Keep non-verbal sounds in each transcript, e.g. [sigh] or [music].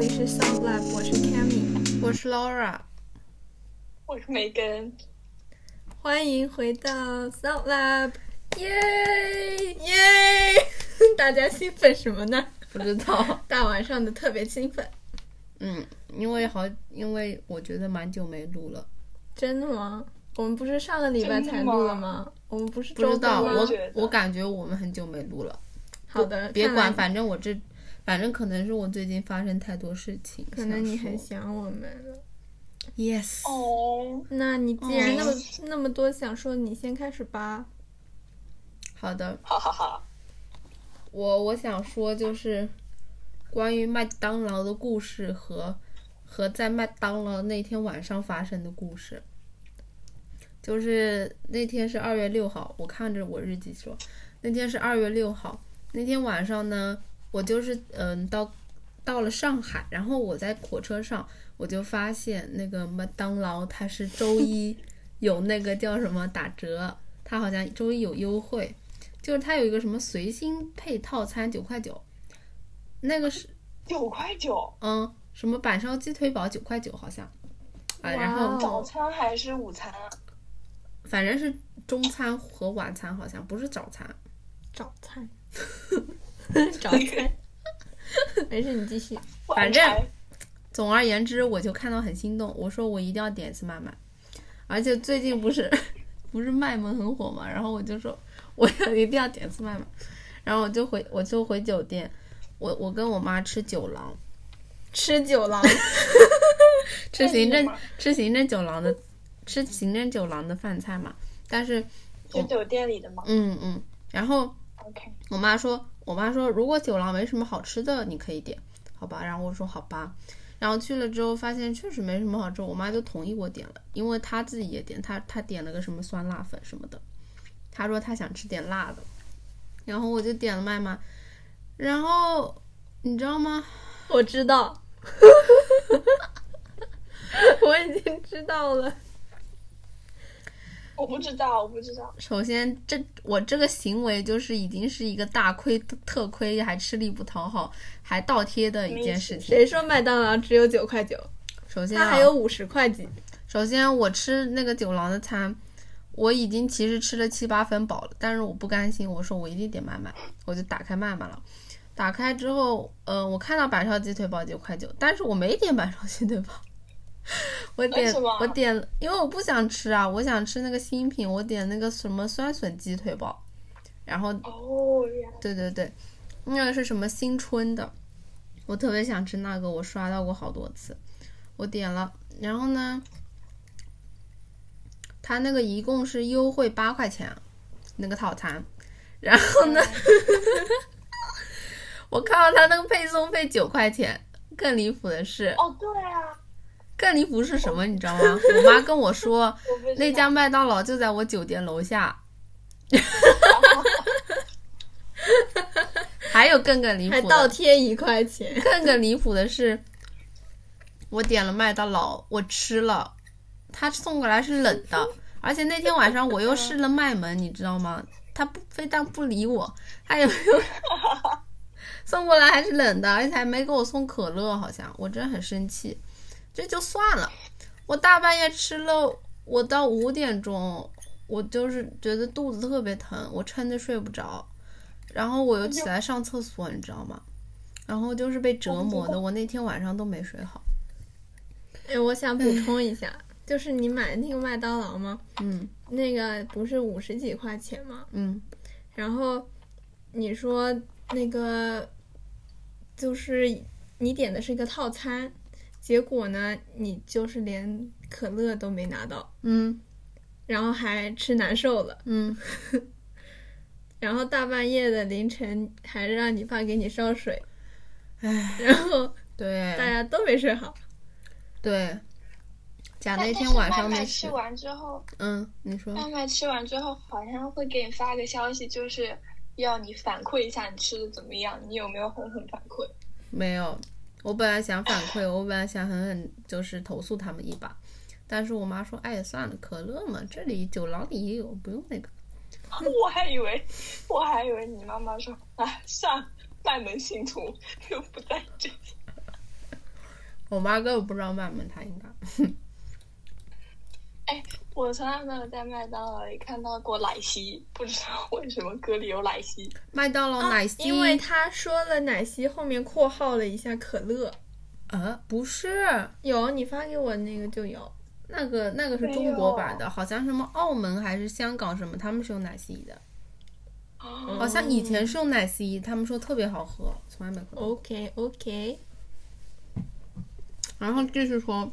里是 Sound Lab，我是 Cammy，我是 Laura， [laughs] 我是梅根，欢迎回到 Sound Lab，耶耶！ [laughs] 大家兴奋什么呢？不知道，大晚上的特别兴奋，嗯，因为好，因为我觉得蛮久没录了，真的吗？我们不是上个礼拜才录了吗？我们不是不知周道，更吗我觉得我感觉我们很久没录了。好的，别看来管，反正我这，反正可能是我最近发生太多事情，可能你很想想我们了。说 yes，哦，那你既然嗯那么、那么多想说，你先开始 [laughs] 吧。好的，哈哈哈，我我想说就是关于麦当劳的故事和和在麦当劳那天晚上发生的故事。就是那天是二月六号，我看着我日记说，那天是二月六号。那天晚上呢，我就是嗯到到了上海，然后我在火车上我就发现那个麦当劳它是周一有那个叫什么打折，它好像周一有优惠，就是它有一个什么随心配套餐九块九，那个是九块九，嗯什么板烧鸡腿堡九块九好像，啊然哇后哦早餐还是午餐啊？反正是中餐和晚餐，好像不是早餐。早 [laughs] 餐，早 [laughs] 餐，没事，你继续。反晚正餐总而言之，我就看到很心动，我说我一定要点一次麦麦。而且最近不是 [laughs] 不是卖萌很火嘛，然后我就说 [laughs] 我要一定要点一次麦麦，然后我就回我就回酒店，我我跟我妈吃酒廊，吃酒郎，吃行那政你妈吃行政酒廊的吃行政酒廊的饭菜嘛，但是是酒店里的吗嗯嗯，然后？OK，我妈说，我妈说，如果酒廊没什么好吃的，你可以点，好吧？然后我说好吧。然后去了之后发现确实没什么好吃，我妈就同意我点了，因为她自己也点，她她点了个什么酸辣粉什么的，她说她想吃点辣的，然后我就点了麦麦，然后你知道吗？我知道， [laughs] 我已经知道了。我不知道，我不知道，首先，这我这个行为就是已经是一个大亏特特亏，还吃力不讨好，还倒贴的一件事情。谁说麦当劳只有九块九？首先、啊，它还有五十块几。首先，我吃那个酒廊的餐，我已经其实吃了七八分饱了，但是我不甘心，我说我一定点麦麦，我就打开麦麦了。打开之后，呃，我看到板烧鸡腿堡九块九，但是我没点板烧鸡腿堡， [laughs] 我点为什么我点，因为我不想吃啊，我想吃那个新品，我点那个什么酸笋鸡腿堡，然后哦，原来对对对，那个是什么新春的，我特别想吃那个，我刷到过好多次，我点了，然后呢，它那个一共是优惠八块钱，那个套餐，然后呢， [laughs] 我看到它那个配送费九块钱，更离谱的是，哦，对啊，更离谱是什么，你知道吗？我妈跟我说，我不知道那家麦当劳就在我酒店楼下。 [laughs] 还有更更离谱还的，倒贴一块钱，更更离谱的是，我点了麦当劳，我吃了，他送过来是冷的，而且那天晚上我又试了麦门，你知道吗？他不非但不理我，他也没有送过来还是冷的，而且还没给我送可乐，好像我真的很生气。这就算了，我大半夜吃了，我到五点钟，我就是觉得肚子特别疼，我撑着睡不着，然后我又起来上厕所，你知道吗？然后就是被折磨的，我那天晚上都没睡好。哎，我想补充一下，就是你买的那个麦当劳吗？嗯那个不是五十几块钱吗？嗯，然后你说那个就是你点的是一个套餐，结果呢，你就是连可乐都没拿到，嗯然后还吃难受了，嗯，然后大半夜的凌晨还让你爸给你烧水，唉，然后大对家都没睡好。对，讲但那但天是晚上麦麦的吃事。完之后，嗯，你说麦麦吃完之后好像会给你发个消息，就是要你反馈一下你吃的怎么样，你有没有狠狠反馈？ [laughs] 没有？我本来想反馈，我本来想狠狠就是投诉他们一把，但是我妈说，哎，算了，可乐嘛，这里酒廊里也有，不用那个。我还以为，我还以为你妈妈说，哎，算了，卖萌信徒又不在这里。我妈根本不知道卖萌，她应该。我从来没有在麦当劳里看到过奶昔，不知道为什么歌里有奶昔。麦当劳奶昔、啊因为他说了奶昔后面括号了一下可乐，呃不是有你发给我那个就有，那个那个是没中国版有的，好像什么澳门还是香港什么，他们是用奶昔的，哦好像以前是用奶昔，他们说特别好喝，从来没喝过。 OK OK，然后继续说，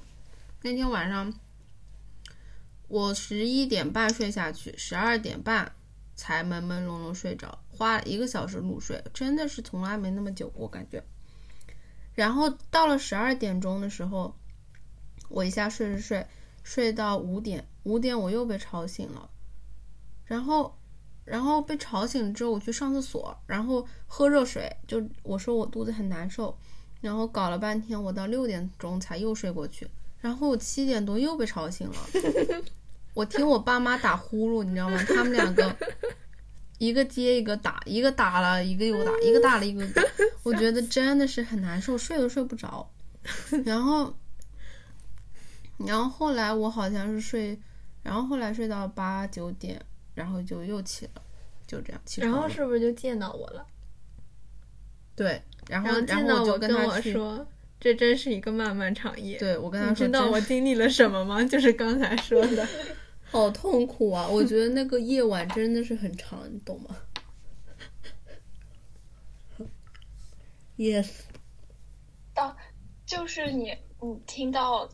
那天晚上我十一点半睡下去，十二点半才朦朦胧胧睡着，花了一个小时入睡，真的是从来没那么久过感觉。然后到了十二点钟的时候，我一下睡睡睡睡到五点，五点我又被吵醒了，然后。然后被吵醒之后，我去上厕所，然后喝热水。就我说我肚子很难受，然后搞了半天，我到六点钟才又睡过去，然后我七点多又被吵醒 [laughs] 了。我听我爸妈打呼噜，你知道吗？他们两个一个接一个打，一个打了一个又打，一个打了一 [laughs] 个又打，我觉得真的是很难受，睡都睡不着。然后，然后后来我好像是睡，然后后来睡到八九点，然后就又起了，就这样起床然了。后是不是就见到我了？对，然后后见后到我就跟他我去，说，这真是一个漫漫长夜。对我跟他你说，知道真我经历了什么吗？就是刚才说 [laughs] 的，好痛苦啊！我觉得那个夜晚真的是很长，你懂吗？Yes，到就是你你听到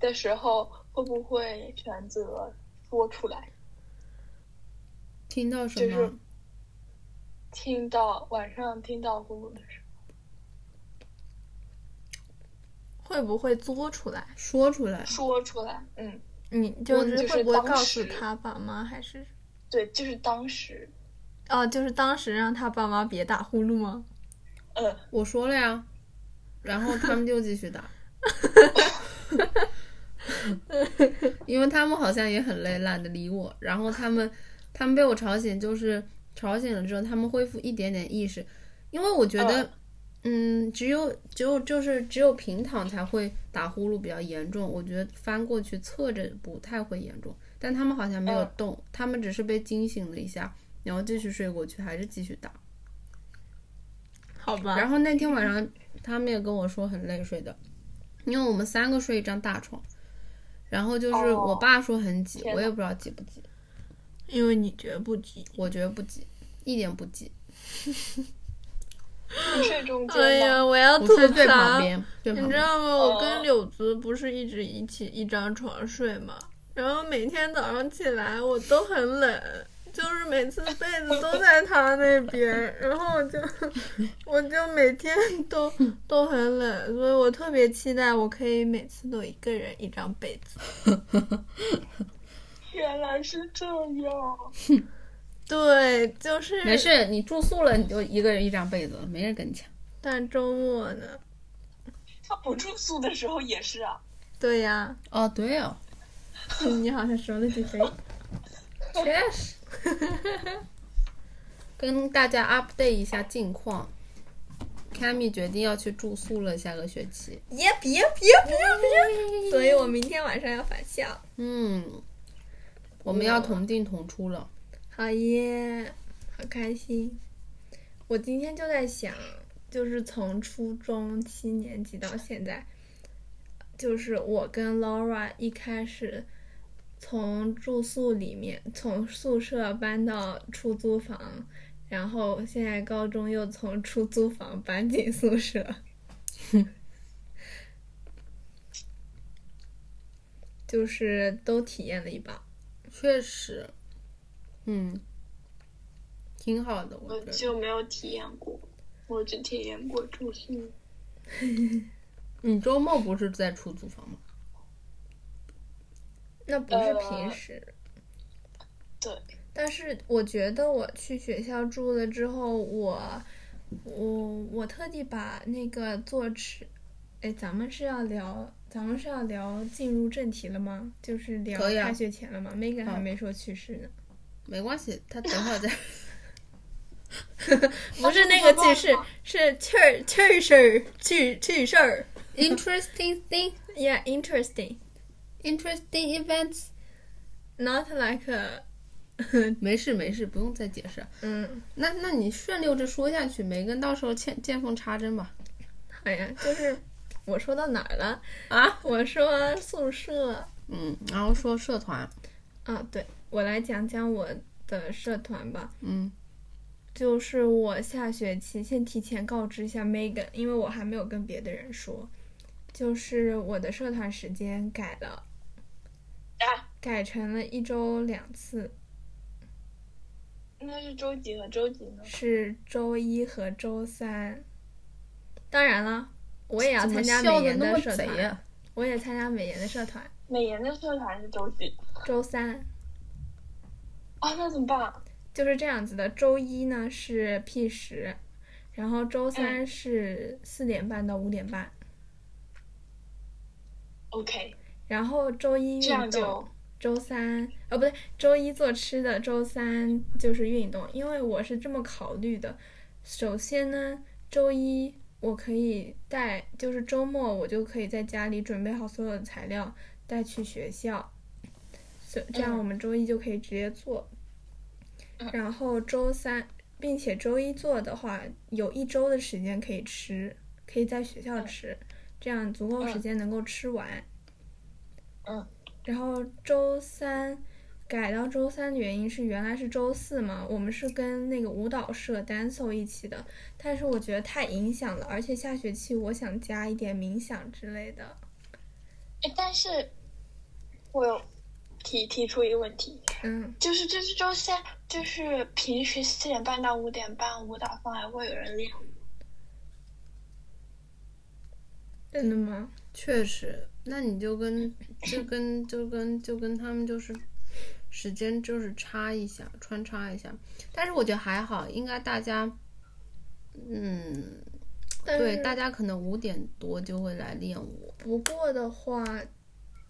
的时候，会不会选择说出来？听到什就么？是听到晚上听到呼噜的时会不会作出来？说出来候，说出来，嗯，你就是就是会不会当告诉时他爸妈，还是对，就是当时，哦，就是当时让他爸妈别打呼噜吗？嗯，我说了呀，然后他们就继续打，因为他们好像也很累，懒得理我。然后他们，他们被我吵醒，就是吵醒了之后，他们恢复一点点意识，因为我觉得，哦嗯，只有只有就是只有平躺才会打呼噜比较严重，我觉得翻过去侧着不太会严重，但他们好像没有嗯动，他们只是被惊醒了一下，然后继续睡过去，还是继续打。好吧，然后那天晚上他们也跟我说很累睡的，因为我们三个睡一张大床，然后就是哦我爸说很挤，天我也呐不知道挤不挤，因为你觉得不急，我觉得不挤，一点不挤，你睡中间哎吗呀，我要我吐睡最槽旁。边，最旁啊你知边。道吗？我跟哦柳子不是一直一起一张床睡吗？然后每天早上起来我都很冷，就是每次被子都在他那边， [laughs] 然后我就我就每天 [laughs] 都都很冷，所以我特别期待我可以每次都一个人一张被子。原来是这样，对，就是没事，你住宿了你就一个人一张被子了，没人跟你抢。但周末呢？他不住宿的时候也是啊，对呀、哦，对哦，你好像说了几回。确实。跟大家 update 一下近况，Cammy 决定要去住宿了，下个学期。耶别别别别！所以我明天晚上要返校。嗯，我们要同进同出了。好耶，好开心！我今天就在想，就是从初中七年级到现在，就是我跟 Laura 一开始从住宿里面，从宿舍搬到出租房，然后现在高中又从出租房搬进宿舍。 [laughs] 就是都体验了一把，确实，嗯，挺好的，我我觉嗯得。就没有体验过，我只体验过住宿。你嗯周末不是在出租房吗？那不是平呃时。对，但是我觉得我去学校住了之后，我我我特地把那个坐吃，哎，咱们是要聊，咱们是要聊进入正题了吗？就是聊可以啊开学前了吗、m e g a n 好还没说去世呢，没关系，他等会 [laughs] 儿再。哦不是那个去世，是趣儿趣事儿去去事儿。 Interesting thing, [laughs] Yeah, interesting. interesting events。 Not like a, 没事没事，不用再解释。嗯，那那你顺溜着说下去，梅根到时候见见缝插针吧。哎呀，就是我说到哪儿了？啊，我说宿舍嗯，然后说社团，啊，对我来讲讲我的社团吧。嗯就是我下学期先提前告知一下 Megan，因为我还没有跟别的人说，就是我的社团时间改了，啊，改成了一周两次，那是周几和周几呢？是周一和周三。当然了，我也要怎么哎参加美笑的颜那的么社贼啊团，呀、我也参加美颜的社团，美颜的社团是周几？周三。啊，那怎么办？就是这样子的。周一呢是 P 十，然后周三嗯是四点半到五点半， OK，然后周一这样运就动，周三呃、不对，周一做吃的，周三就是运动。因为我是这么考虑的，首先呢，周一。我可以带，就是周末我就可以在家里准备好所有的材料带去学校，所这样嗯我们周一就可以直接做。然后周三，并且周一做的话，有一周的时间可以吃，可以在学校吃，这样足够时间能够吃完。嗯。然后周三改到周三的原因是，原来是周四嘛，我们是跟那个舞蹈社 dance 一起的，但是我觉得太影响了，而且下学期我想加一点冥想之类的。哎，但是我有提提出一个问题，嗯，就是这是周三，就是平时四点半到五点半舞蹈坊还会有人练舞，真的吗？确实，那你就跟就跟就跟就跟他们就是时间就是插一下，穿插一下。但是我觉得还好，应该大家，嗯，但对，是大家可能五点多就会来练舞。不过的话，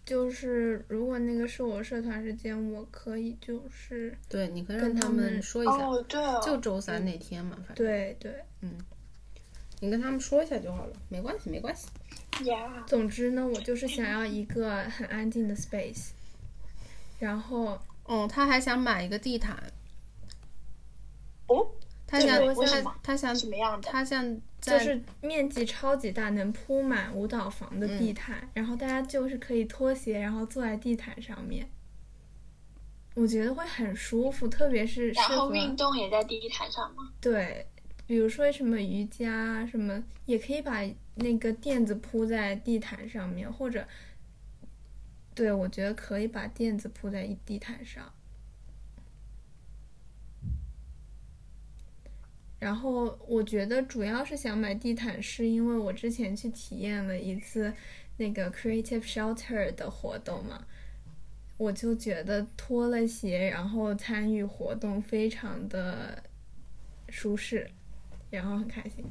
就是如果那个是我社团时间，我可以就是对，你可以跟让他们们说一下，哦，对哦，就周三那天嘛，反正嗯对对。你跟他们说一下就好了，没关系，没关系。呀，总之呢，我就是想要一个很安静的 space，然后哦，他还想买一个地毯，哦，他这想个为什他么他想嗯什么样的？他想在就是面积超级大，能铺满舞蹈房的嗯地毯，然后大家就是可以脱鞋，然后坐在地毯上面，我觉得会很舒服，特别是适然后合运动也在地毯上吗？对，比如说什么瑜伽啊，什么也可以把那个垫子铺在地毯上面，或者，对我觉得可以把垫子铺在一地毯上。然后我觉得主要是想买地毯，是因为我之前去体验了一次那个 Creative Shelter 的活动嘛，我就觉得脱了鞋然后参与活动非常的舒适，然后很开心。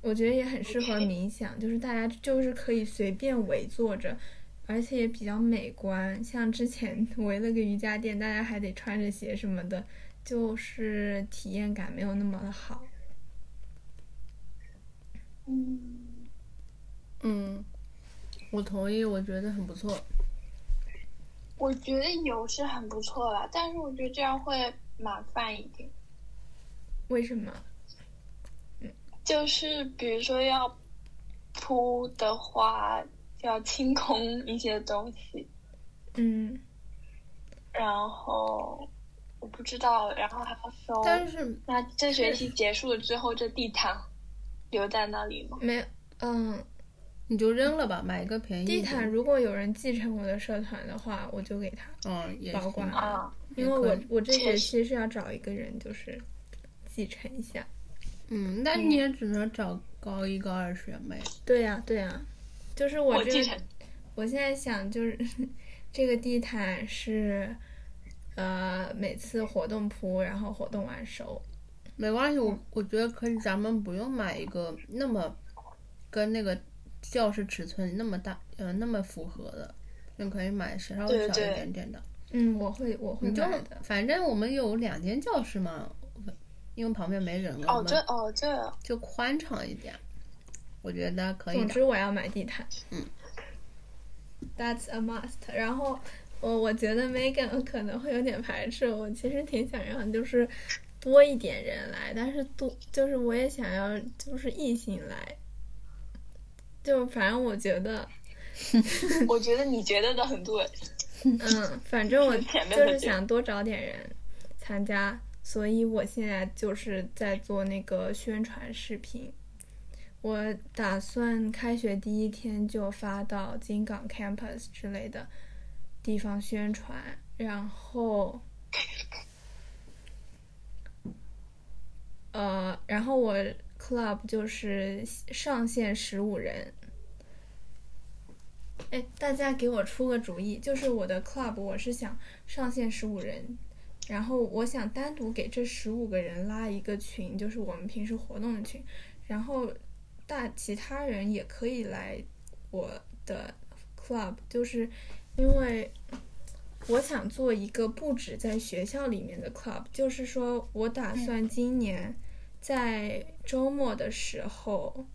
我觉得也很适合 OK 冥想，就是大家就是可以随便围坐着，而且也比较美观。像之前 [laughs] 围了个瑜伽垫，大家还得穿着鞋什么的，就是体验感没有那么的好。嗯，嗯，我同意，我觉得很不错。我觉得有是很不错了，但是我觉得这样会麻烦一点，为什么？就是比如说要铺的话，要清空一些东西。嗯，然后我不知道，然后还要收。但是那这学期结束了之后，这地毯留在那里吗？没有，嗯，你就扔了吧，买一个便宜地一点毯的。如果有人继承我的社团的话，我就给他，嗯，也保管行啊，因为我也可以我这学确实期是要找一个人，就是继承一下。嗯，但是你也只能找高一高二学妹。对呀、对呀、就是我我这继个承。我现在想就是 [laughs] 这个地毯是，呃，每次活动铺，然后活动完收。没关系，我我觉得可以，咱们不用买一个那么跟那个教室尺寸那么大，呃，那么符合的，你可以买稍微对小一对点点的。嗯，我会我会你就买的。反正我们有两间教室嘛，因为旁边没人了，我哦，们这哦这就宽敞一点。我觉得可以总的。之我要买地毯。嗯，That's a must。然后我我觉得 Megan 可能会有点排斥，我其实挺想让就是多一点人来，但是多就是我也想要就是异性来，就反正我觉得。我觉得你觉得的很对，嗯，反正我 [laughs] 前面就的是这个想多找点人参加，所以我现在就是在做那个宣传视频。我打算开学第一天就发到金港 campus 之类的地方宣传，然后，呃，然后我 club 就是上限十五人，哎，大家给我出个主意，就是我的 club 我是想上限十五人，然后我想单独给这十五个人拉一个群，就是我们平时活动的群，然后大其他人也可以来我的 club，就是因为我想做一个不止在学校里面的 club，就是说我打算今年在周末的时候。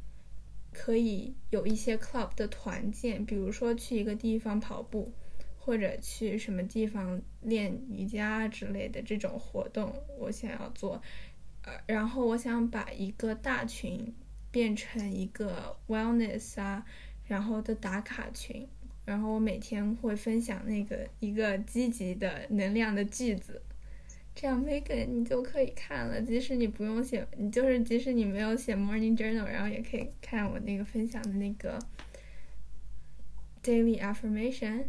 可以有一些 club 的团建，比如说去一个地方跑步，或者去什么地方练瑜伽之类的这种活动，我想要做。呃，然后我想把一个大群变成一个 wellness 啊，然后的打卡群，然后我每天会分享那个一个积极的能量的句子。这样 Megan 你就可以看了，即使你不用写，你就是即使你没有写 morning journal，然后也可以看我那个分享的那个 daily affirmation。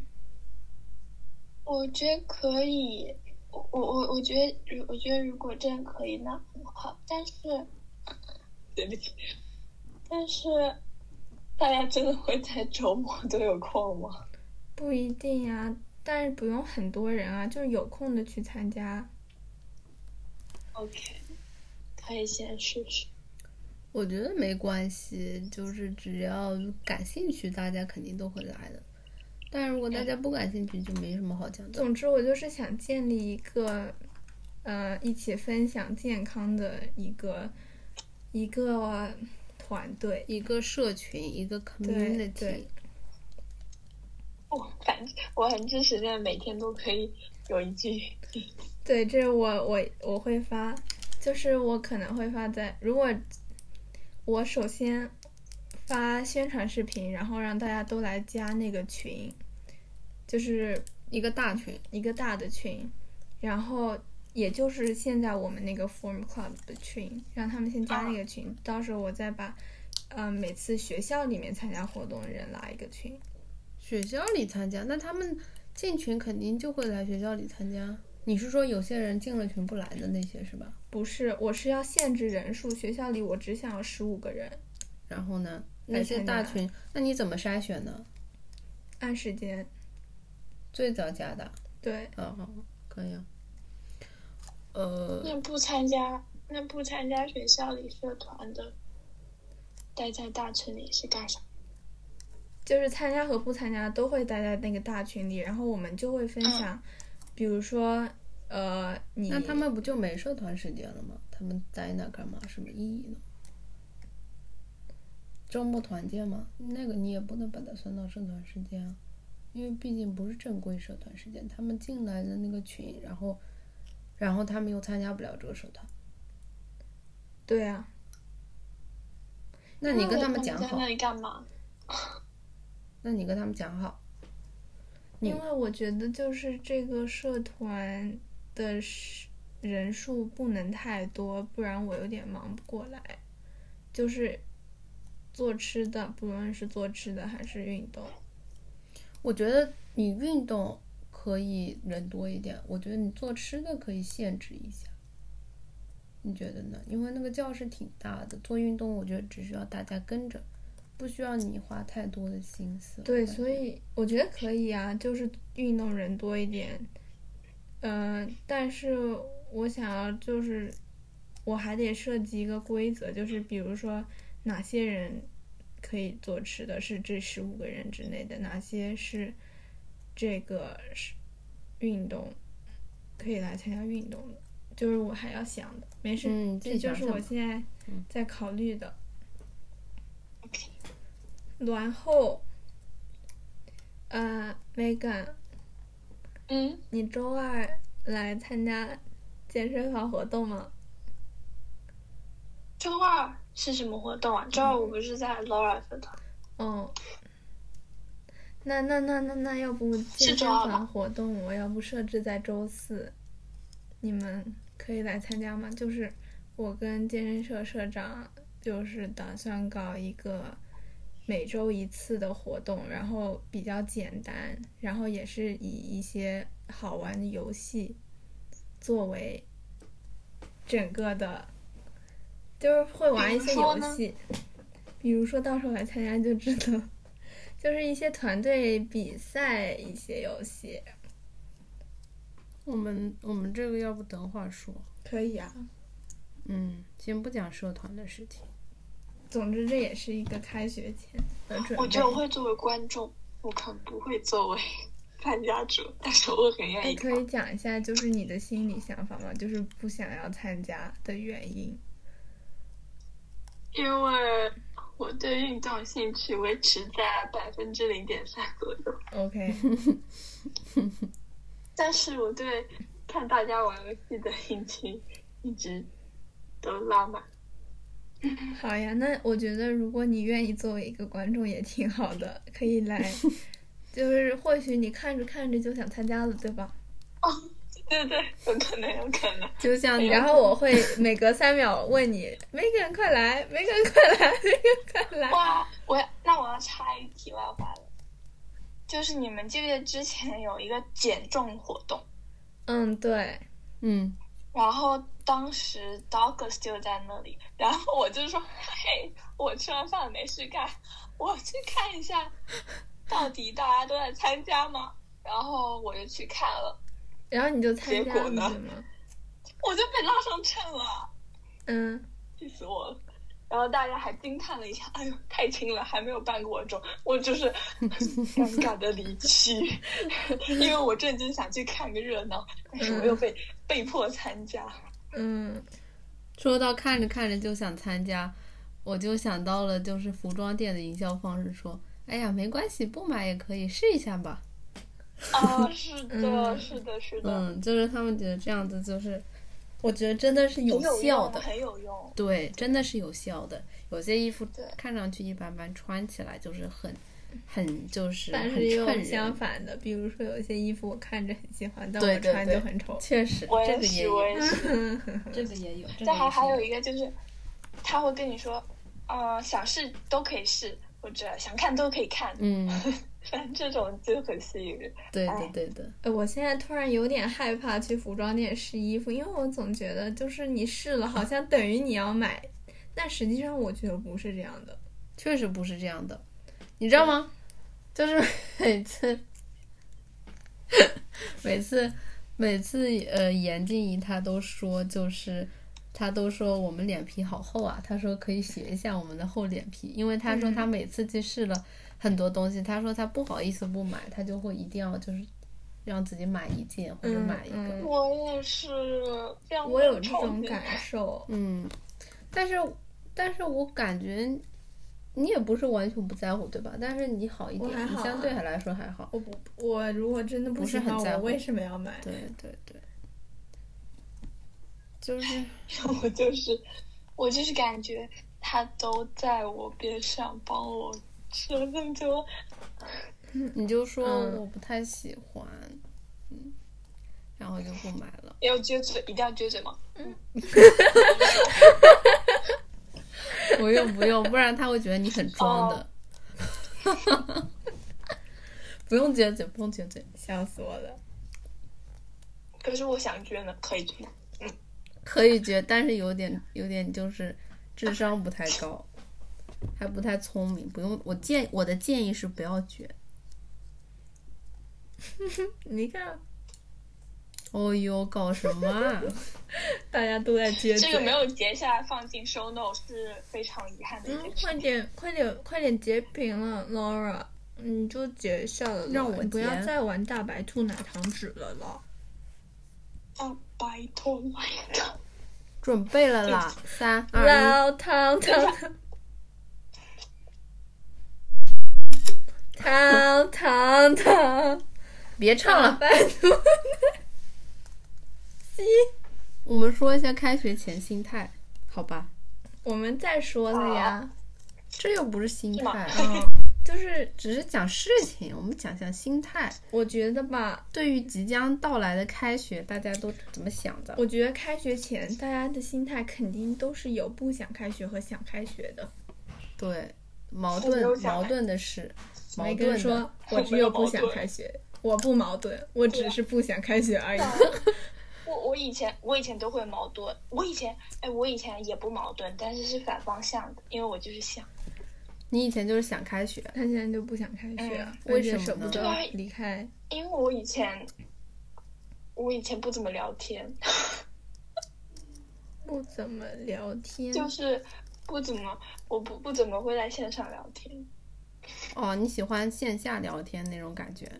我觉得可以。我我我我觉得，如我觉得如果这样可以，那很好。但是，对不起，但是大家真的会在周末都有空吗？不一定呀、但是不用很多人啊，就是有空的去参加。 OK，可以先试试。我觉得没关系，就是只要感兴趣，大家肯定都会来的。但如果大家不感兴趣，就没什么好讲的。总之，我哎就是想建立一个，呃，一起分享健康的一个一个团队。一个社群，一个对 community，对我反正我很支持，现在每天都可以有一 [laughs] 句。对，这我我我会发，就是我可能会发在，如果我首先发宣传视频，然后让大家都来加那个群，就是一个大群。一个大的群，然后也就是现在我们那个 Form Club 的群，让他们先加那个群，到时候我再把，呃，每次学校里面参加活动的人拉一个群。学校里参加，那他们进群肯定就会来学校里参加。你是说有些人进了群不来的那些是吧？不是，我是要限制人数，学校里我只想要十五个人，然后呢，来那些参加大群，那你怎么筛选呢？按时间。最早加的，对，哦，好可以啊。呃，那不参加，那不参加学校里社团的，待在大群里是干啥？就是参加和不参加都会待在那个大群里，然后我们就会分享，比如说，呃，你那他们不就没社团时间了吗？他们在那干嘛？什么意义呢？周末团建吗？那个你也不能把它算到社团时间啊，因为毕竟不是正规社团时间。他们进来的那个群，然后，然后他们又参加不了这个社团，对啊，那你跟那他们你讲在好那，里干嘛？那你跟他们讲好，你因为我觉得就是这个社团的是人数不能太多，不然我有点忙不过来。就是做吃的，不论是做吃的还是运动，我觉得你运动可以人多一点，我觉得你做吃的可以限制一下，你觉得呢？因为那个教室挺大的，做运动我觉得只需要大家跟着，不需要你花太多的心思。对，我感所觉以我觉得可以啊，就是运动人多一点。嗯、但是我想要就是，我还得设计一个规则，就是比如说哪些人可以做吃的，是这十五个人之内的，哪些是这个是运动可以来参加运动的，就是我还要想的，没事，嗯你自这己就想是想我吧现在在考虑的。 OK，然后，呃，Megan，嗯，你周二来参加健身房活动吗？周二是什么活动啊？周二我不是在 Laura 社团，哦，那那那那那，要不健身周二房吧活动我要不设置在周四，你们可以来参加吗？就是我跟健身社社长就是打算搞一个每周一次的活动，然后比较简单，然后也是以一些好玩的游戏作为整个的，就是会玩一些比如说游呢戏，比如说到时候来参加就知道。 [laughs] 就是一些团队比赛，一些游戏，我们我们这个要不等会儿说，可以啊。嗯，先不讲社团的事情。总之，这也是一个开学前的准备。我觉得我会作为观众，我可能不会作为参加者，但是我很愿哎，意看可。以讲一下，就是你的心理想法吗？就是不想要参加的原因。因为我对运动兴趣维持在百分之零点三左右， OK，但是我对看大家玩游戏的兴趣一直都拉满。好呀，那我觉得如果你愿意作为一个观众也挺好的，可以 [laughs] 来。就是或许你看着看着就想参加了，对吧？对对，有可能，有可能。就像你然后我会每隔三秒问你，Megan 快来，Megan 快来，Megan 快来。 [laughs] 哇，我要那我要插一题外话了，就是你们记不记得之前有一个减重活动， [laughs] 嗯，对，嗯，然后当时 Douglas 就在那里，然后我就说，嘿，我吃完饭没事干，我去看一下，到底大家都在参加吗？然后我就去看了，然后你就参结加果了呢是吗？我就被拉上秤了，嗯，气死我了。然后大家还惊叹了一下，哎呦，太轻了，还没有半个我重，我就是尴尬的离去， [laughs] 因为我正经想去看个热闹，但是我又被被迫参加。嗯，说到看着看着就想参加，我就想到了就是服装店的营销方式，说，哎呀，没关系，不买也可以试一下吧。啊，是的，嗯是的，是的。嗯，就是他们觉得这样子就是，我觉得真的是有效的，很有用。对，真的是有效的。有些衣服对看上去一般般，穿起来就是很很就是但很是也有衬相人。反的，比如说有些衣服我看着很喜欢，但对我对穿对就很 [laughs] 丑。确实，我这也个也是，有我，也是。这个也有。这个但还也是还有有一个就是，他会跟你说，呃，想试都可以试，或者想看都可以看，嗯，反正这种就很吸引人。对哎的对的，呃我现在突然有点害怕去服装店试衣服，因为我总觉得就是你试了，好像等于你要买，但实际上我觉得不是这样的。确实不是这样的，你知道吗？就是每次，每次，每次，呃，严静怡她都说，就是她都说我们脸皮好厚啊，她说可以学一下我们的厚脸皮，因为她说嗯她每次去试了很多东西，她说她不好意思不买，她就会一定要就是让自己买一件或者嗯买一个，嗯我也是这样，我有这种感。受，嗯，但是但是我感觉你也不是完全不在乎，对吧？但是你好一我点，还你好相对啊还来说还好。我不，我如果真的不不是喜欢，很在我乎为什么要买？对对对，就是我就是，我就是感觉他都在我边上帮我说那么多，你就说嗯我不太喜欢，嗯，然后就不买 [laughs] 了。要撅嘴，一定要撅嘴吗？不用不用，不然他会觉得你很装的。哦 [laughs] 不用撅嘴，不用撅嘴，笑死我了！可是我想撅呢，可以撅吗？可以撅，但是有点有点就是智商不太高，还不太聪明。不用，我建我的建议是不要撅。你看，哦呦，搞什么啊？大家都在撅嘴。这个没有截下来放进 show note 是非常遗憾的一嗯，件事。快点，快点，快点截屏了，Laura，你就截下了，让我你不要截再玩大白兔奶糖纸了啦。大白兔来的，嗯准备了啦，三二一，老糖糖，糖糖糖，别唱了。百度我们说一下开学前心态，好吧？我们再说了呀，这又不是心态， [laughs] 嗯，就是只是讲事情，我们讲讲心态。我觉得吧，对于即将到来的开学，大家都怎么想的？我觉得开学前大家的心态肯定都是有不想开学和想开学的。对，矛我没有盾想矛哎盾的事，矛梅盾根的 [laughs] 说：“我我没只有有不矛想盾开学，我不矛盾，我只是不想开学而已。我我以前我以前都会矛盾，我以前哎我以前也不矛盾，但是是反方向的，因为我就是想，你以前就是想开学”，他现在就不想开学嗯啊，哎为什什么舍不呢得对离开？因为我以前我以前不怎么聊天， [laughs] 不怎么聊天，就是不怎么我不不怎么会在线上聊天。哦，你喜欢线下聊天那种感觉。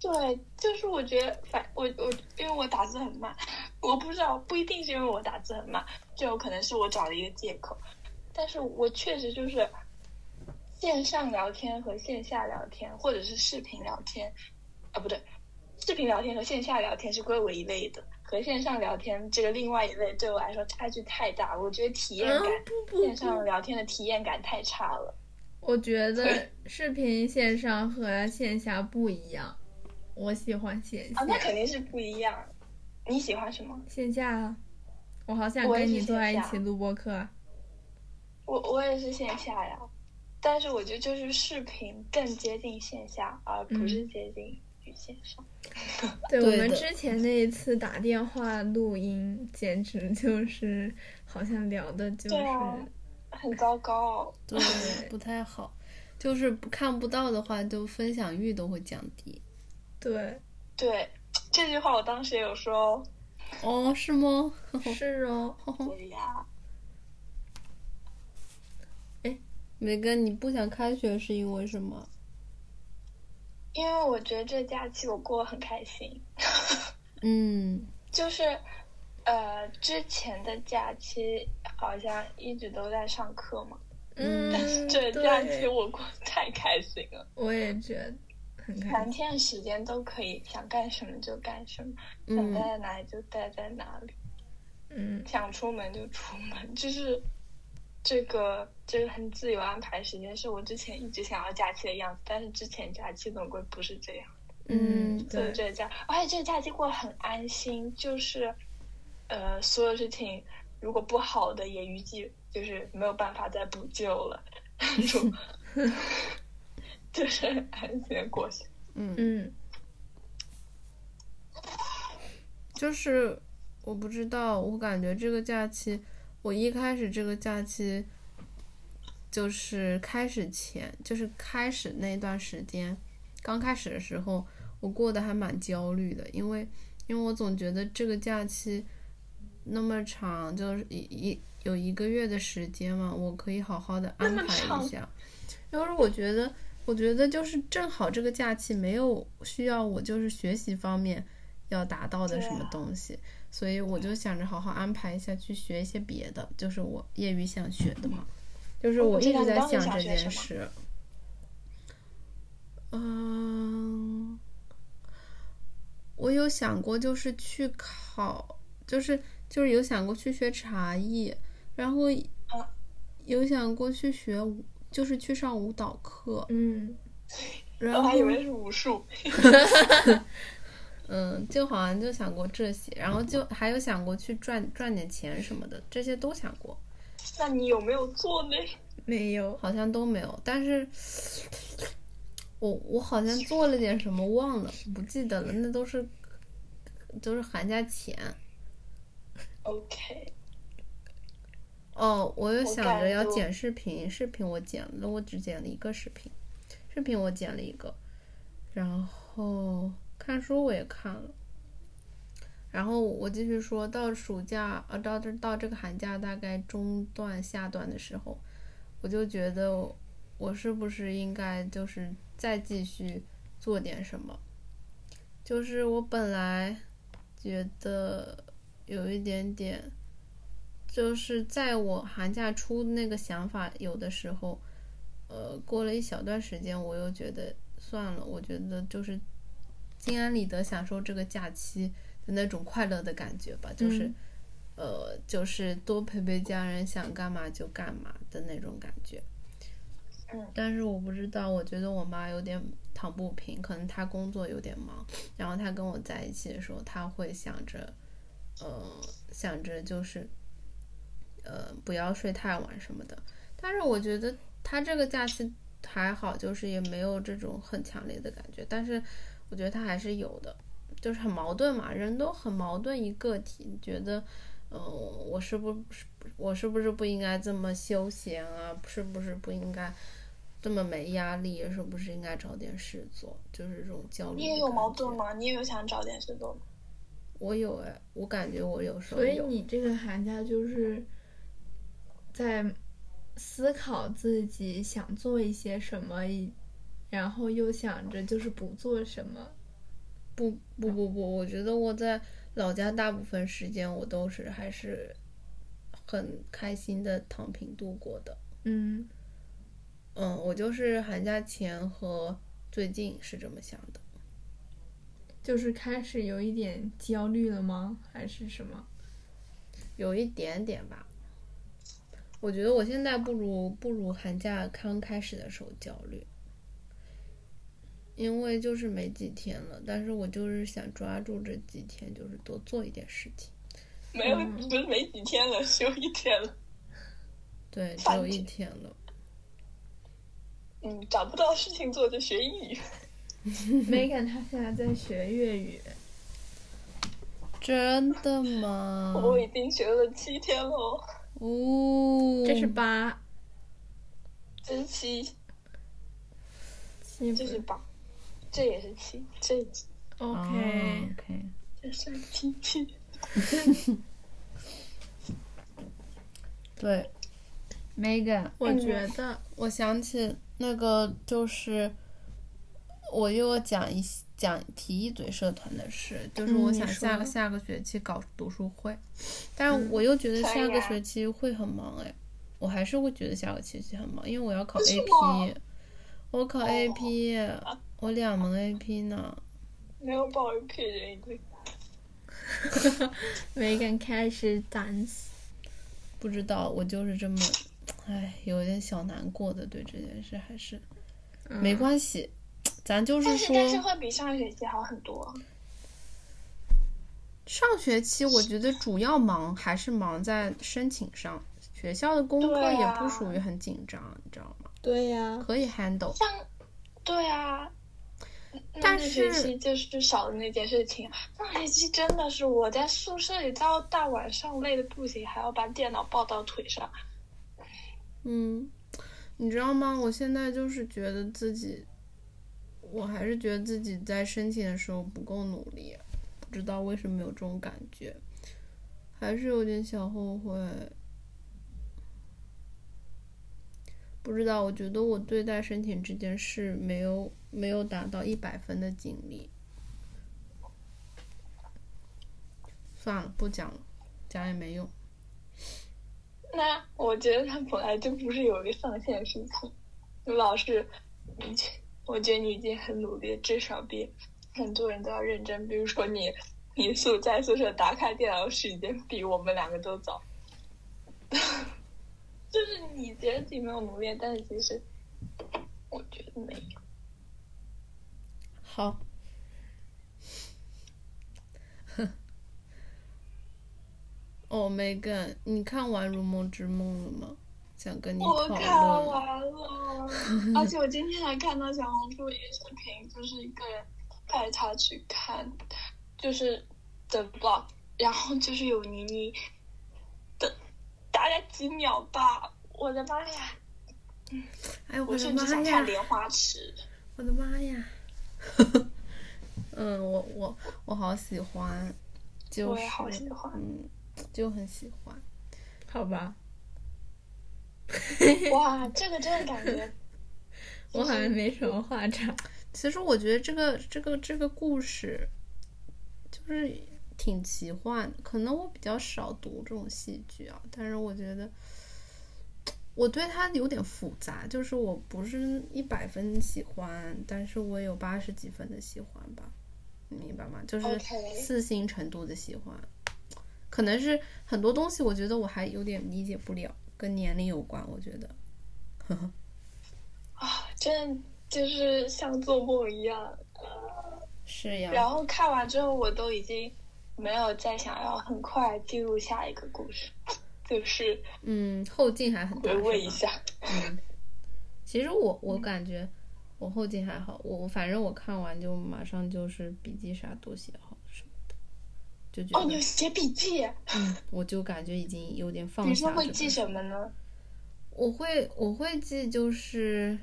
对，就是我觉得反我我因为我打字很慢，我不知道不一定是因为我打字很慢，就有可能是我找了一个借口，但是我确实就是线上聊天和线下聊天，或者是视频聊天，啊不对，视频聊天和线下聊天是归为一类的，和线上聊天这个另外一类对我来说差距太大，我觉得体验嗯感、不不线不，上聊天的体验感太差了。我 [laughs] 觉得视频线上和线下不一样，我喜欢线下啊，。那肯定是不一样。你喜欢什么？线下啊，我好想我也跟你是坐在一线下起录播课啊。我我也是线下呀，但是我觉得就是视频更接近线下，而不嗯是接近于线上。对对我们的之前那一次打电话录音，简直就是好像聊的就是对啊很糟糕、哦。对，不太好，就是不看不到的话，就分享欲都会降低。对，对，这句话我当时也有说哦。哦，是吗？是哦。对呀，梅根，你不想开学是因为什么？因为我觉得这假期我过得很开心，嗯，就是。呃，之前的假期好像一直都在上课嘛，嗯但 [laughs] 是这对假期我过得太开心了， [laughs] 我也觉得很开三心。天时间都可以想干什么就干什么，想嗯待在哪里就待在哪里。嗯，想出门就出门， [laughs] 就是这个就是很自由安排时间，是我之前一直想要假期的样子，但是之前假期总归不是这样，嗯，所以对，这个假，而且这个假期过得很安心，就是呃所有事情如果不好的也预计就是没有办法再补救了，就 [laughs] 就是很安心的过去。嗯，就是我不知道，我感觉这个假期，我一开始这个假期，就是开始前，就是开始那段时间，刚开始的时候，我过得还蛮焦虑的，因为因为我总觉得这个假期那么长，就是一一有一个月的时间嘛，我可以好好的安么排一长下。要是我觉得，我觉得就是正好这个假期没有需要我就是学习方面要达到的对什么啊东西，所以我就想着好好安排一下去学一些别的，就是我业余想学的嘛。就是哦我我知一道直你在当时想想这学件什么事。嗯，我有想过，就是去考，就是就是有想过去学茶艺，然后啊有想过去学舞，就是去上舞蹈课，嗯，然我后哦还以为是武术，嗯，就好像就想过这些，然后就还有想过去赚赚点钱什么的，这些都想过，那你有没有做呢？没有，好像都没有，但是。我我好像做了点什么，忘了，不记得了。那都是都是寒假前， OK，哦，我又我想感着要觉剪视频，视频我剪了，我只剪了一个视频，视频我剪了一个，然后看书我也看了，然后我继续说到暑假，呃，到这到这个寒假大概中段下段的时候，我就觉得我我是不是应该就是再继续做点什么，就是我本来觉得有一点点。就是在我寒假初那个想法有的时候，呃，过了一小段时间，我又觉得算了，我觉得就是心安理得享受这个假期的那种快乐的感觉吧，就是、嗯呃，就是多陪陪家人，想干嘛就干嘛的那种感觉。嗯但是我不知道，我觉得我妈有点躺不平，可能她工作有点忙，然后她跟我在一起的时候，她会想着，呃，想着就是，呃，不要睡太晚什么的。但是我觉得她这个假期还好，就是也没有这种很强烈的感觉，但是我觉得她还是有的，就是很矛盾嘛，人都很矛盾一个体，你觉得。嗯，我是不是我是不是不应该这么休闲啊？是不是不应该这么没压力？是不是应该找点事做？就是这种焦虑。你也有矛盾？吗？你也有想找点事做吗？我有哎，我感觉我有时候所以有。你这个寒假就是在思考自己想做一些什么，以然后又想着就是不做什么。不不不不，我觉得我在老家大部分时间我都是还是很开心的躺平度过的。嗯，嗯，我就是寒假前和最近是这么想的。就是开始有一点焦虑了吗？还是什么？有一点点吧。我觉得我现在不如不如寒假刚开始的时候焦虑，因为就是没几天了，但是我就是想抓住这几天，就是多做一点事情。没有，嗯不是没几天了，只有一天了。对，只反有正一天了，嗯，找不到事情做就学英语。 Megan 她现在在学粤语，真的吗？ [laughs] 我已经学了七天喽，哦，这是八真七，七这是八，这也是七，这哦 OK， OK。这算七七。对，Megan，我觉得我想起那个，就是我又要讲一讲提一嘴社团的事，就是嗯我你想说下个下个学期搞读书会，但是我又觉得可下以个啊学期会很忙哎，我还是会觉得下个学期很忙，因为我要考为什 AP，么我考 AP，、我两门 AP 呢，没有报 AP 人已经 Megan 开始担心。不知道我就是这么，哎，有点小难过的，对这件事还是、嗯没关系，咱就是但是说。但是会比上学期好很多。啊上学期我觉得主要忙还是忙在申请上，学校的功课对也啊不属于很紧张，你知道吗？对呀、可以 handle。像，对啊，那但那学是期就是少了那件事情。啊上学期真的是我在宿舍里到大晚上累的不行，还要把电脑抱到腿上。嗯，你知道吗？我现在就是觉得自己，我还是觉得自己在申请的时候不够努力，不知道为什么有这种感觉，还是有点小后悔。不知道，我觉得我对待申请这件事没有没有达到一百分的尽力。算了，不讲了，讲也没用。 [laughs] 那我觉得他本来就不是有一个上限的事情，你老是， [laughs] 你我觉得你已经很努力了，至少比很多人都要认真。比如说你，你宿在宿舍打开电脑的时间比我们两个都早， [laughs] 就是你觉得自己没有努力，但是其实我觉得没有。好。 [laughs] 哦，Megan，你看完《如梦之梦》了吗？想跟你我讨看论。[laughs] 完了，而且我今天还看到小红书也视频，就是一个人带他去看，就是的 vlog，然后就是有倪妮的，大概几秒吧，我的妈呀！哎，我我的甚至妈想看呀！莲花池，我的妈呀！嗯，我我我好喜欢，就是我也好喜 [laughs] 欢嗯，就很喜欢。好吧，哇，这个真的感觉我好像没什么话讲。其实我觉得这个这个这个故事，就是挺奇幻的。可能我比较少读这种戏剧啊，但是我觉得我对他有点复杂，就是我不是一百分喜欢，但是我有八十几分的喜欢吧，你明白吗？就是 OK 四星程度的喜欢，可能是很多东西我觉得我还有点理解不了，跟年龄有关，我觉得。啊，真的就是像做梦一样。是然，后看完之后，我都已经没有再想要很快进入下一个故事，就是嗯，后劲还很大。回味一是吧下。嗯， [laughs] 其实我我感觉我后劲还好，我我反正我看完就马上就是笔记啥都写好什么的，就觉哦，你有得、写笔记，嗯，我就感觉已经有点放你是下。会记什么？呢？我会我会记就是。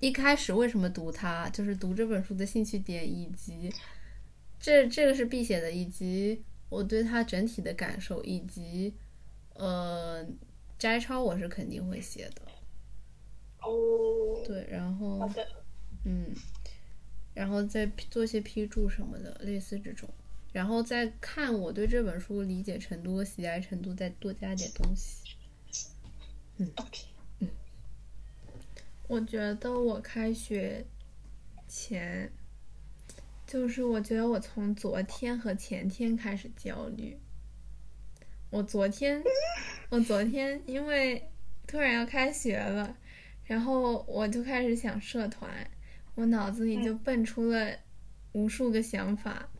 一开始为什么读它，就是读这本书的兴趣点，以及这这个是必写的，以及我对它整体的感受，以及呃摘抄我是肯定会写的，哦，对，然后好的，嗯，然后再批做些批注什么的，类似这种，然后再看我对这本书理解程度和喜爱程度，再多加点东西。我觉得我开学前，就是我觉得我从昨天和前天开始焦虑。我昨天，我昨天因为突然要开学了，然后我就开始想社团，我脑子里就蹦出了无数个想法，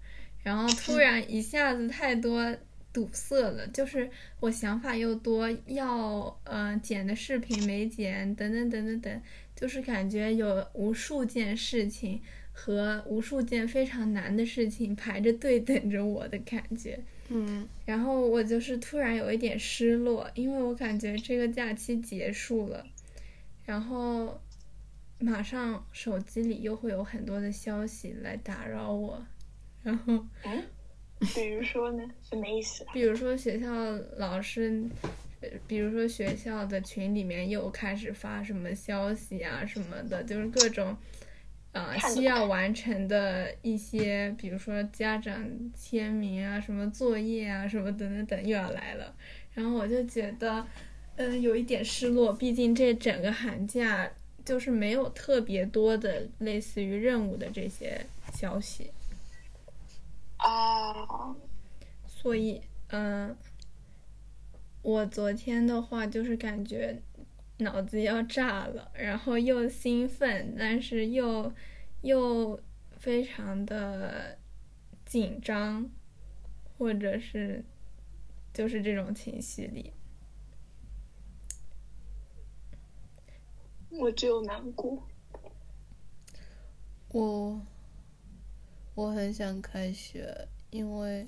然后突然一下子太多堵塞了，就是我想法又多，要呃剪的视频没剪，等等等等等，就是感觉有无数件事情和无数件非常难的事情排着队等着我的感觉。嗯然后我就是突然有一点失落，因为我感觉这个假期结束了，然后马上手机里又会有很多的消息来打扰我，然后嗯，比如说呢，什么意思啊？比如说学校老师，呃比如说学校的群里面又开始发什么消息啊什么的，就是各种，呃，看得需要完成的一些，比如说家长签名啊、什么作业啊、什么等等等又要来了，然后我就觉得，嗯、有一点失落，毕竟这整个寒假就是没有特别多的类似于任务的这些消息。啊，所以，嗯、我昨天的话就是感觉脑子要炸了，然后又兴奋，但是又又非常的紧张，或者是就是这种情绪里。我只有难过。我我很想开学，因为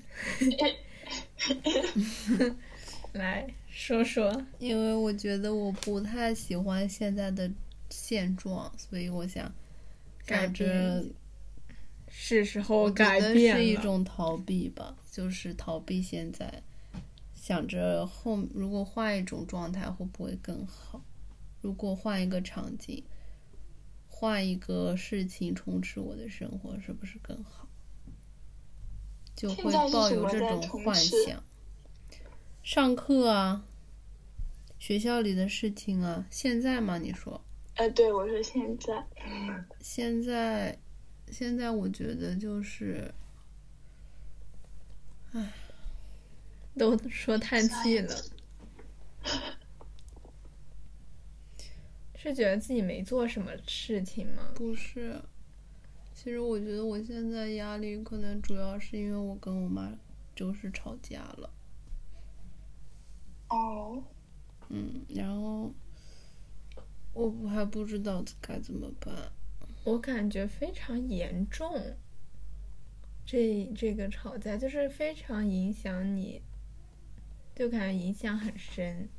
来说说，因为我觉得我不太喜欢现在的现状，所以我想改想着变是时候我觉改得变是一了种逃避吧，就是逃避现在，想着后如果换一种状态会不会更好？如果换一个场景，换一个事情充斥我的生活，是不是更好？就现会在是抱什有么这在种充幻斥想。上课啊，学校里的事情啊，现在嘛，你说呃，对，我说现在，现在，现在我觉得就是都说叹气 [laughs] 了，是觉得自己没做什么事情吗？不是，其实我觉得我现在压力可能主要是因为我跟我妈就是吵架了，哦，嗯，然后我不还不知道该怎么办，我感觉非常严重，这这个吵架就是非常影响你，就感觉影响很深。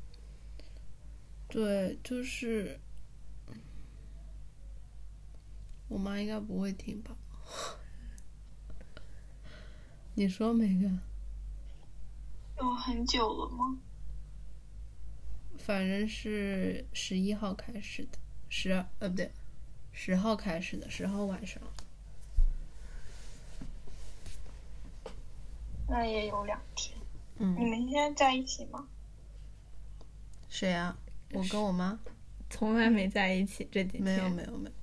对，就是我妈应该不会听吧？ [laughs] 你说每个，有很久了吗？反正是十一号开始的，十二呃不对，十号开始的，十号晚上。那也有两天。嗯嗯你们现在在一起吗？谁啊？我跟我妈从来没在一起这几天。没有没有没有，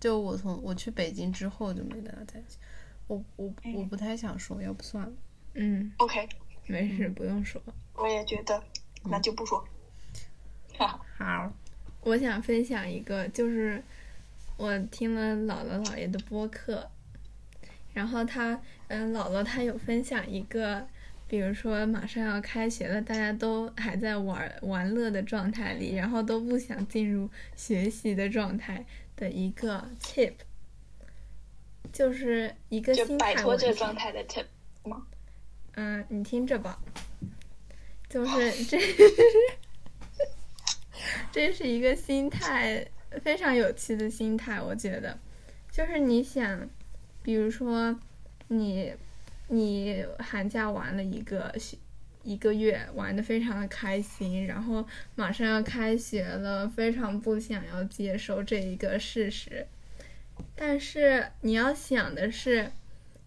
就我从我去北京之后就没跟她在一起。我我哎我不太想说，要不算了。嗯， OK，没事，嗯不用说。我也觉得，那就不说。哈哈，好，我想分享一个，就是我听了姥姥姥爷的播客，然后他，嗯，姥姥她有分享一个，比如说马上要开学了，大家都还在玩玩乐的状态里，然后都不想进入学习的状态的一个 tip，就是一个就心态摆脱这个问题状态的 tip 吗？嗯，你听着吧，就是这， [laughs] 这是一个心态非常有趣的心态，我觉得，就是你想，比如说你你寒假玩了一个学一个月，玩的非常的开心，然后马上要开学了，非常不想要接受这一个事实，但是你要想的是，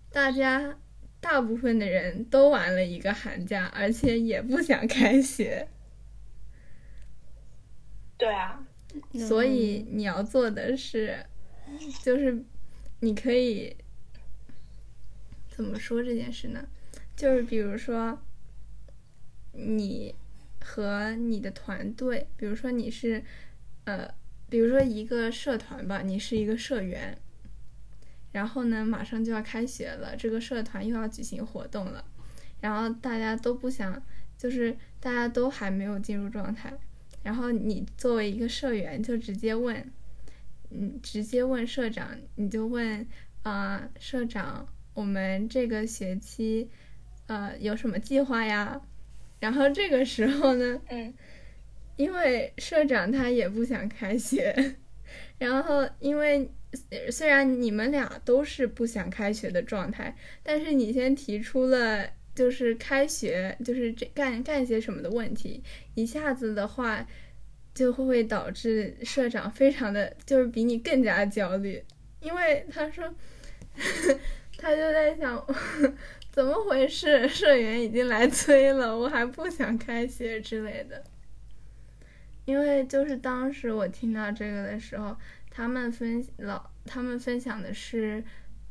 大家大部分的人都玩了一个寒假，而且也不想开学，对啊，嗯所以你要做的是，就是你可以怎么说这件事呢？就是比如说，你和你的团队，比如说你是呃，比如说一个社团吧，你是一个社员，然后呢，马上就要开学了，这个社团又要举行活动了，然后大家都不想，就是大家都还没有进入状态，然后你作为一个社员，就直接问，嗯，直接问社长，你就问啊、呃社长，我们这个学期呃有什么计划呀？然后这个时候呢，嗯，因为社长他也不想开学， [laughs] 然后因为呃虽然你们俩都是不想开学的状态，但是你先提出了就是开学就是这干干些什么的问题，一下子的话就会导致社长非常的就是比你更加焦虑，因为他说 [laughs] 他就在想 [laughs] 怎么回事，社员已经来催了，我还不想开学之类的。因为就是当时我听到这个的时候，他们分老他们分享的是，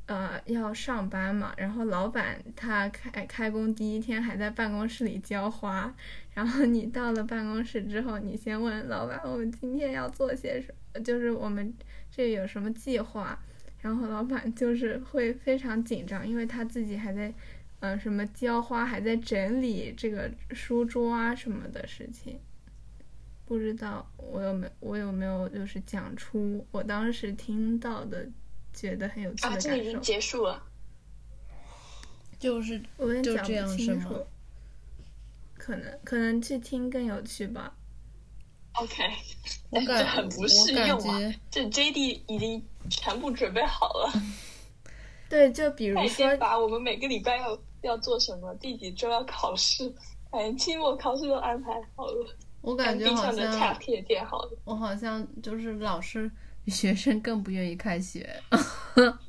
呃，要上班嘛，然后老板他开开工第一天还在办公室里浇花，然后你到了办公室之后，你先问老板我们今天要做些什么，就是我们这有什么计划，然后老板就是会非常紧张，因为他自己还在。呃，什么浇花，还在整理这个书桌啊什么的事情。不知道我有没我有没有就是讲出我当时听到的，觉得很有趣的啊，感这个已经受。结束了。 [laughs] 就是我有就点这讲不样是清吗楚，可能可能去听更有趣吧。 OK，我哎这感很不我适感用啊觉！这 JD 已经全部准备好了，对，就比如快说先把我们每个礼拜要要做什么，第几周要考试，反正期末考试都安排好了，我感觉冰好上的像 task 也填好了，我好像就是老师 [laughs] 比学生更不愿意开学，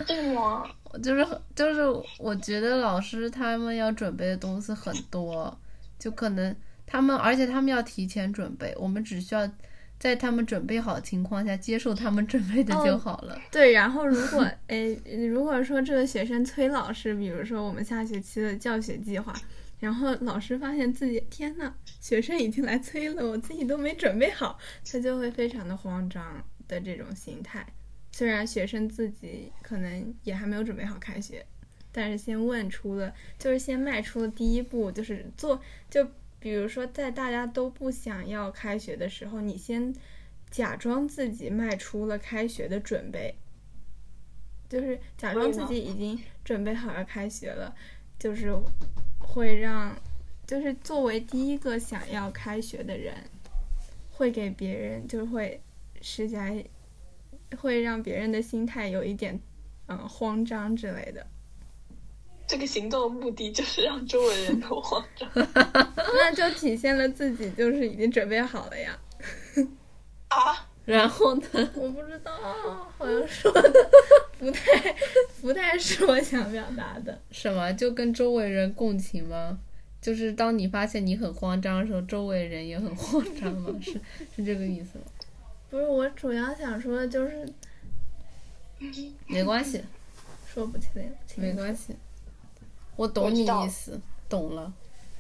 对吗？就是就是我觉得老师他们要准备的东西很多，就可能他们而且他们要提前准备，我们只需要在他们准备好的情况下接受他们准备的就哦好了。对，然后如果诶，如果说这个学生催老师，比如说我们下学期的教学计划，然后老师发现自己天呐，学生已经来催了，我自己都没准备好，他就会非常的慌张的这种心态。虽然学生自己可能也还没有准备好开学，但是先问出了，就是先迈出了第一步，就是做，就比如说在大家都不想要开学的时候，你先假装自己迈出了开学的准备，就是假装自己已经准备好要开学了，就是会让，就是作为第一个想要开学的人，会给别人就会施加，会让别人的心态有一点嗯慌张之类的。这个行动的目的就是让周围人都慌张那就体现了自己就是已经准备好了呀。 [laughs] 啊！然后呢？ [laughs] 我不知道，好像说的嗯不太不太是我想表达的。什么？就跟周围人共情吗？就是当你发现你很慌张的时候，周围人也很 [laughs] 慌张吗？是是这个意思吗？不是，我主要想说的就是没关系，说不清没关系，我懂你意思，懂了。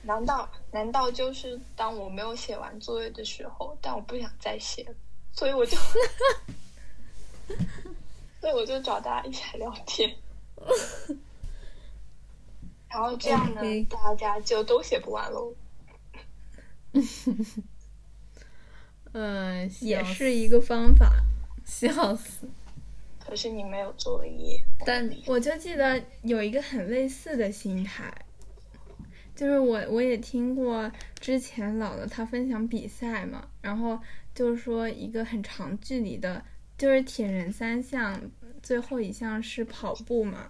难道难道就是当我没有写完作业的时候，但我不想再写了，所以我就， [laughs] 所以我就找大家一起来聊天，然后这样呢 OK 大家就都写不完喽。嗯，也笑死是一个方法。笑死，可是你没有作业，但我就记得有一个很类似的心态，就是我我也听过之前老的他分享比赛嘛，然后就是说一个很长距离的，就是铁人三项最后一项是跑步嘛，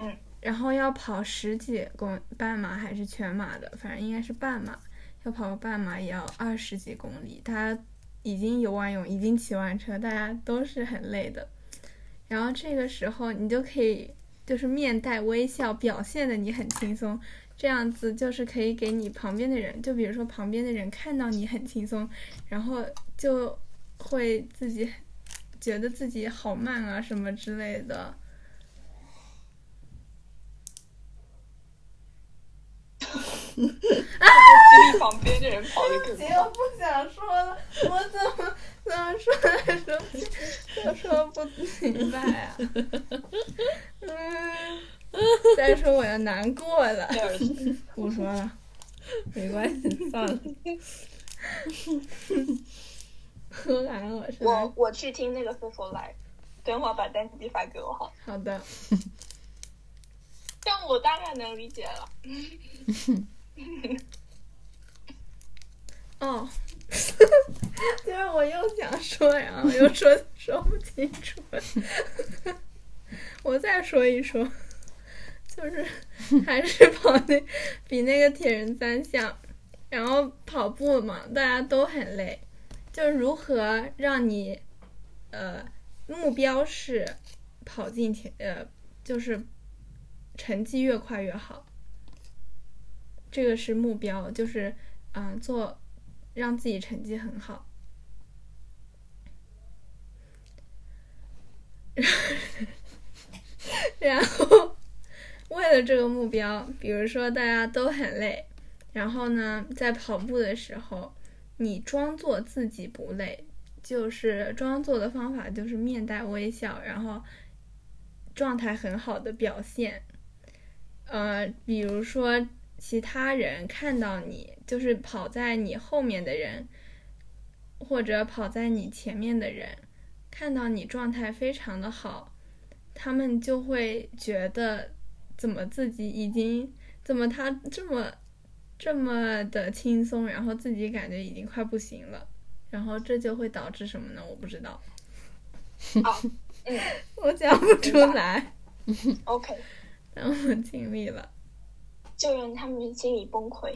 嗯，然后要跑十几公半马还是全马的，反正应该是半马，要跑半马也要二十几公里，大家已经游完泳，已经骑完车，大家都是很累的。然后这个时候你就可以就是面带微笑，表现的你很轻松，这样子就是可以给你旁边的人，就比如说旁边的人看到你很轻松，然后就会自己觉得自己好慢啊什么之类的。激励旁边的人跑得更快。我不想说了，我怎么怎么说来说去都说不明白啊。嗯，再说我要难过了， [laughs] 不说了。没关系，算了。荷兰， [laughs] 我是我我去听那个 f i f o Live，等会儿把单机发给我好，好的。这样我大概能理解了。 [laughs] 哦，就是啊我又想说，然后又说说不清楚了。我再说一说，就是还是跑那比那个铁人三项，然后跑步嘛，大家都很累，就是如何让你呃目标是跑进铁呃就是成绩越快越好，这个是目标，就是啊、做让自己成绩很好。然后，为了这个目标，比如说大家都很累，然后呢，在跑步的时候，你装作自己不累，就是装作的方法就是面带微笑，然后状态很好的表现。呃，比如说其他人看到你，就是跑在你后面的人，或者跑在你前面的人，看到你状态非常的好，他们就会觉得怎么自己已经怎么他这么这么的轻松，然后自己感觉已经快不行了，然后这就会导致什么呢？我不知道，好，嗯我讲不出来， ，OK，但我尽力了，就让他们心里崩溃，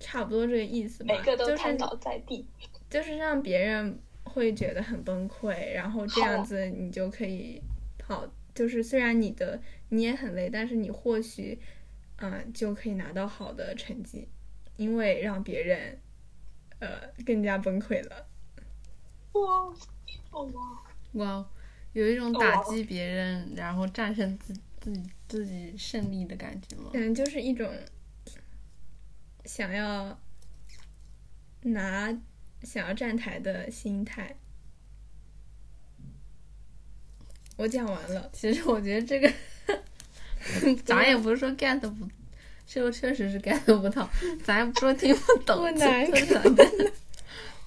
差不多这个意思吧。每个都就是瘫倒在地。就是让别人会觉得很崩溃，然后这样子你就可以跑。就是虽然你的你也很累，但是你或许，嗯、就可以拿到好的成绩，因为让别人，呃，更加崩溃了。哇，哦哇，哇，有一种打击别人，然后战胜自自己自己胜利的感觉吗？嗯，就是一种想要拿想要站台的心态。我讲完了，其实我觉得这个， [laughs] 咱也不是说 get 不，这个确实是 get 不到，咱也不是说听不懂，我难就是咱 [laughs] 们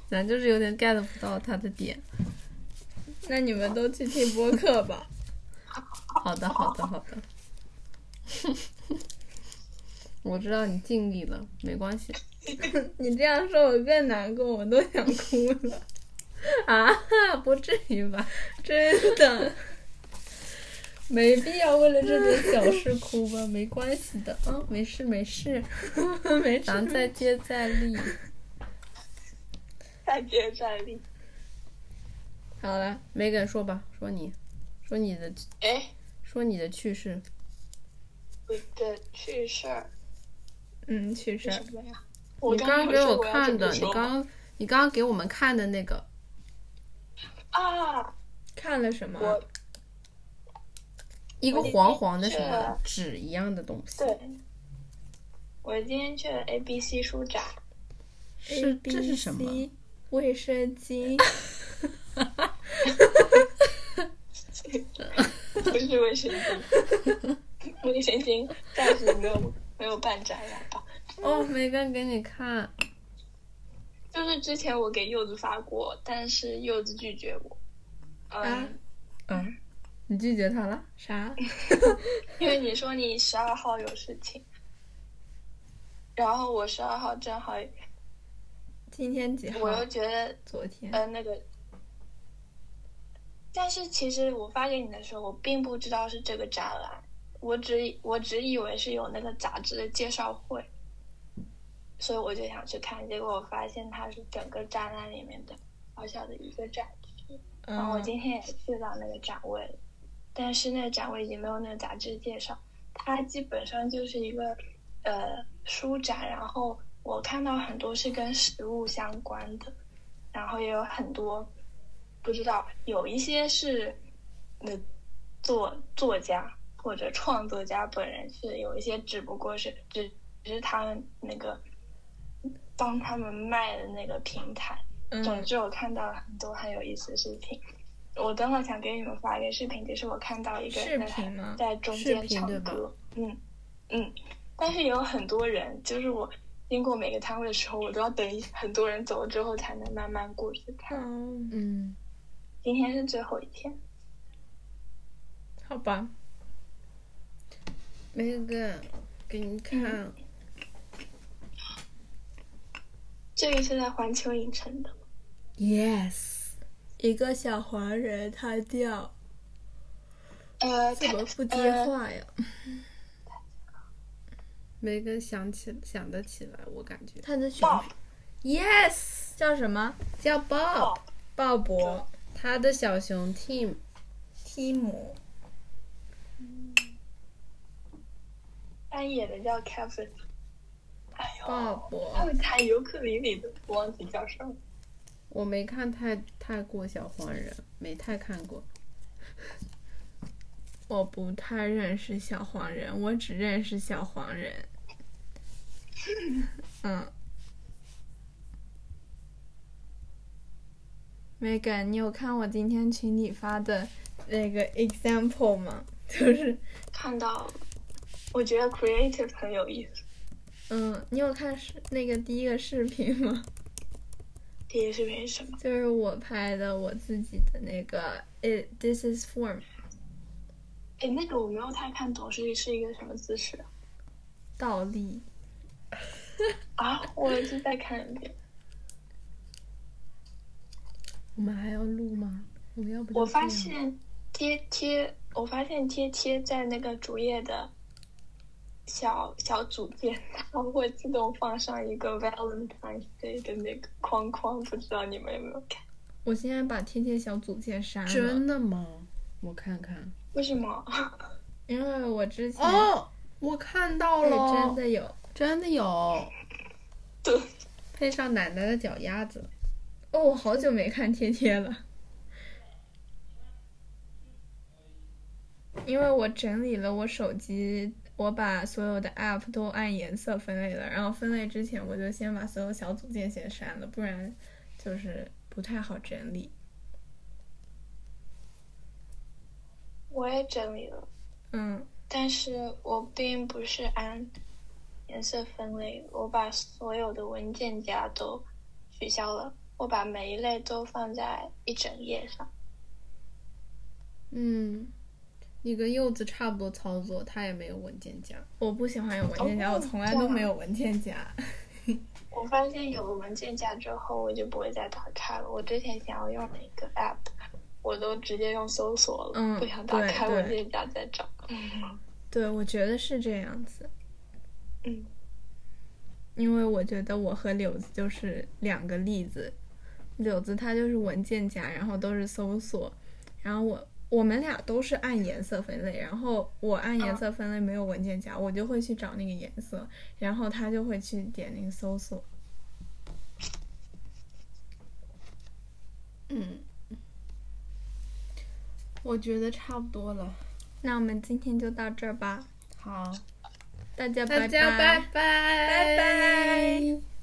咱就是有点 get 不到他的点。那你们都去听播客吧。好的，好的，好的。 [laughs] 我知道你尽力了，没关系你这样说，我更难过，我都想哭了， [laughs] 啊，不至于吧？真的。没必要为了这点小事哭吧，没关系的，嗯，没事没事，没事，咱再接再厉。再接再厉。好了，梅根说吧，说你，说你的，哎，说你的趣事。我的趣事儿，嗯，去吃。什么呀？我你刚刚给我我看的，你说刚刚你刚刚给我们看的那个，啊，看了什么？嗯我一个我已经黄黄的去什么了纸一样的东西，对，我今天去了 A B C 书 [laughs] 展，是 A, B, 这是什么？ C, 卫生巾。不是卫生巾，卫生巾暂时没有没有办展览吧。哦，梅根给你看，就是之前我给柚子发过，但是柚子拒绝我，嗯，啊嗯，你拒绝他了？啥？ [laughs] 因为你说你十二号有事情，然后我十二号正好，今天几号我？又觉得昨天。呃那个，但是其实我发给你的时候，我并不知道是这个展览，我只我只以为是有那个杂志的介绍会，所以我就想去看，结果我发现它是整个展览里面的小小的一个展区。然哦后我嗯，今天也去到那个展位了，但是那个展位已经没有那个杂志介绍，它基本上就是一个呃书展，然后我看到很多是跟食物相关的，然后也有很多不知道，有一些是那作作家或者创作家本人是有一些只不过是只只是他们那个帮他们卖的那个平台。总嗯，之，我看到了很多很有意思的视频。我等会儿想给你们发一个视频，就是我看到一个视人频吗？在中视间频唱对吧歌，嗯嗯，但是也有很多人，就是我经过每个摊位的时候，我都要等一很多人走了之后才能慢慢过去看。嗯，嗯，今天是最后一天，好吧。梅根给你看，这个是在环球影城的， Yes，一个小黄人，他叫呃，怎么不接呃话呀？梅根想起想得起来，我感觉他的熊 Bob ，yes，叫什么？叫 Bob， Bob 鲍勃、他的小熊 Team，蒂姆、扮演的叫 Kevin，哎鲍呦，还勃，有弹尤克里里的，我忘记叫什么。我没看太太过小黄人，没太看过，我不太认识小黄人，我只认识小黄人。嗯。Megan，你有看我今天群里发的那个 example 吗？就是，看到，我觉得 creative 很有意思。嗯，你有看是那个第一个视频吗？第一视频是什么？就是我拍的我自己的那个 it this is form 哎，那个我没有太看懂，是是一个什么姿势啊倒立，啊？我就再看一遍。我们还要录吗？我们要不就我发这样现贴贴，我发现贴贴在那个主页的小小组件，它会自动放上一个 Valentine's Day 的那个框框，不知道你们有没有看？我现在把贴贴小组件删了，真的吗？我看看为什么？ [laughs] 因为我之前哦，我看到对了，真的有哎真的有，对，配上奶奶的脚丫子，哦，我好久没看贴贴了，因为我整理了我手机，我把所有的 app 都按颜色分类了，然后分类之前我就先把所有小组件先删了，不然就是不太好整理。我也整理了，嗯，但是我并不是按颜色分类，我把所有的文件夹都取消了，我把每一类都放在一整页上。嗯，你跟柚子差不多操作，它也没有文件夹。我不喜欢有文件夹，哦我从来都没有文件夹。我发现有了文件夹之后，我就不会再打开了。我之前想要用哪个 app，我都直接用搜索了，嗯不想打对开对文件夹再找。对，我觉得是这样子，嗯，因为我觉得我和柳子就是两个例子。柳子她就是文件夹，然后都是搜索，然后我我们俩都是按颜色分类，然后我按颜色分类没有文件夹，我就会去找那个颜色，然后他就会去点那个搜索。嗯，我觉得差不多了。那我们今天就到这儿吧，好，大家大拜家拜拜，拜拜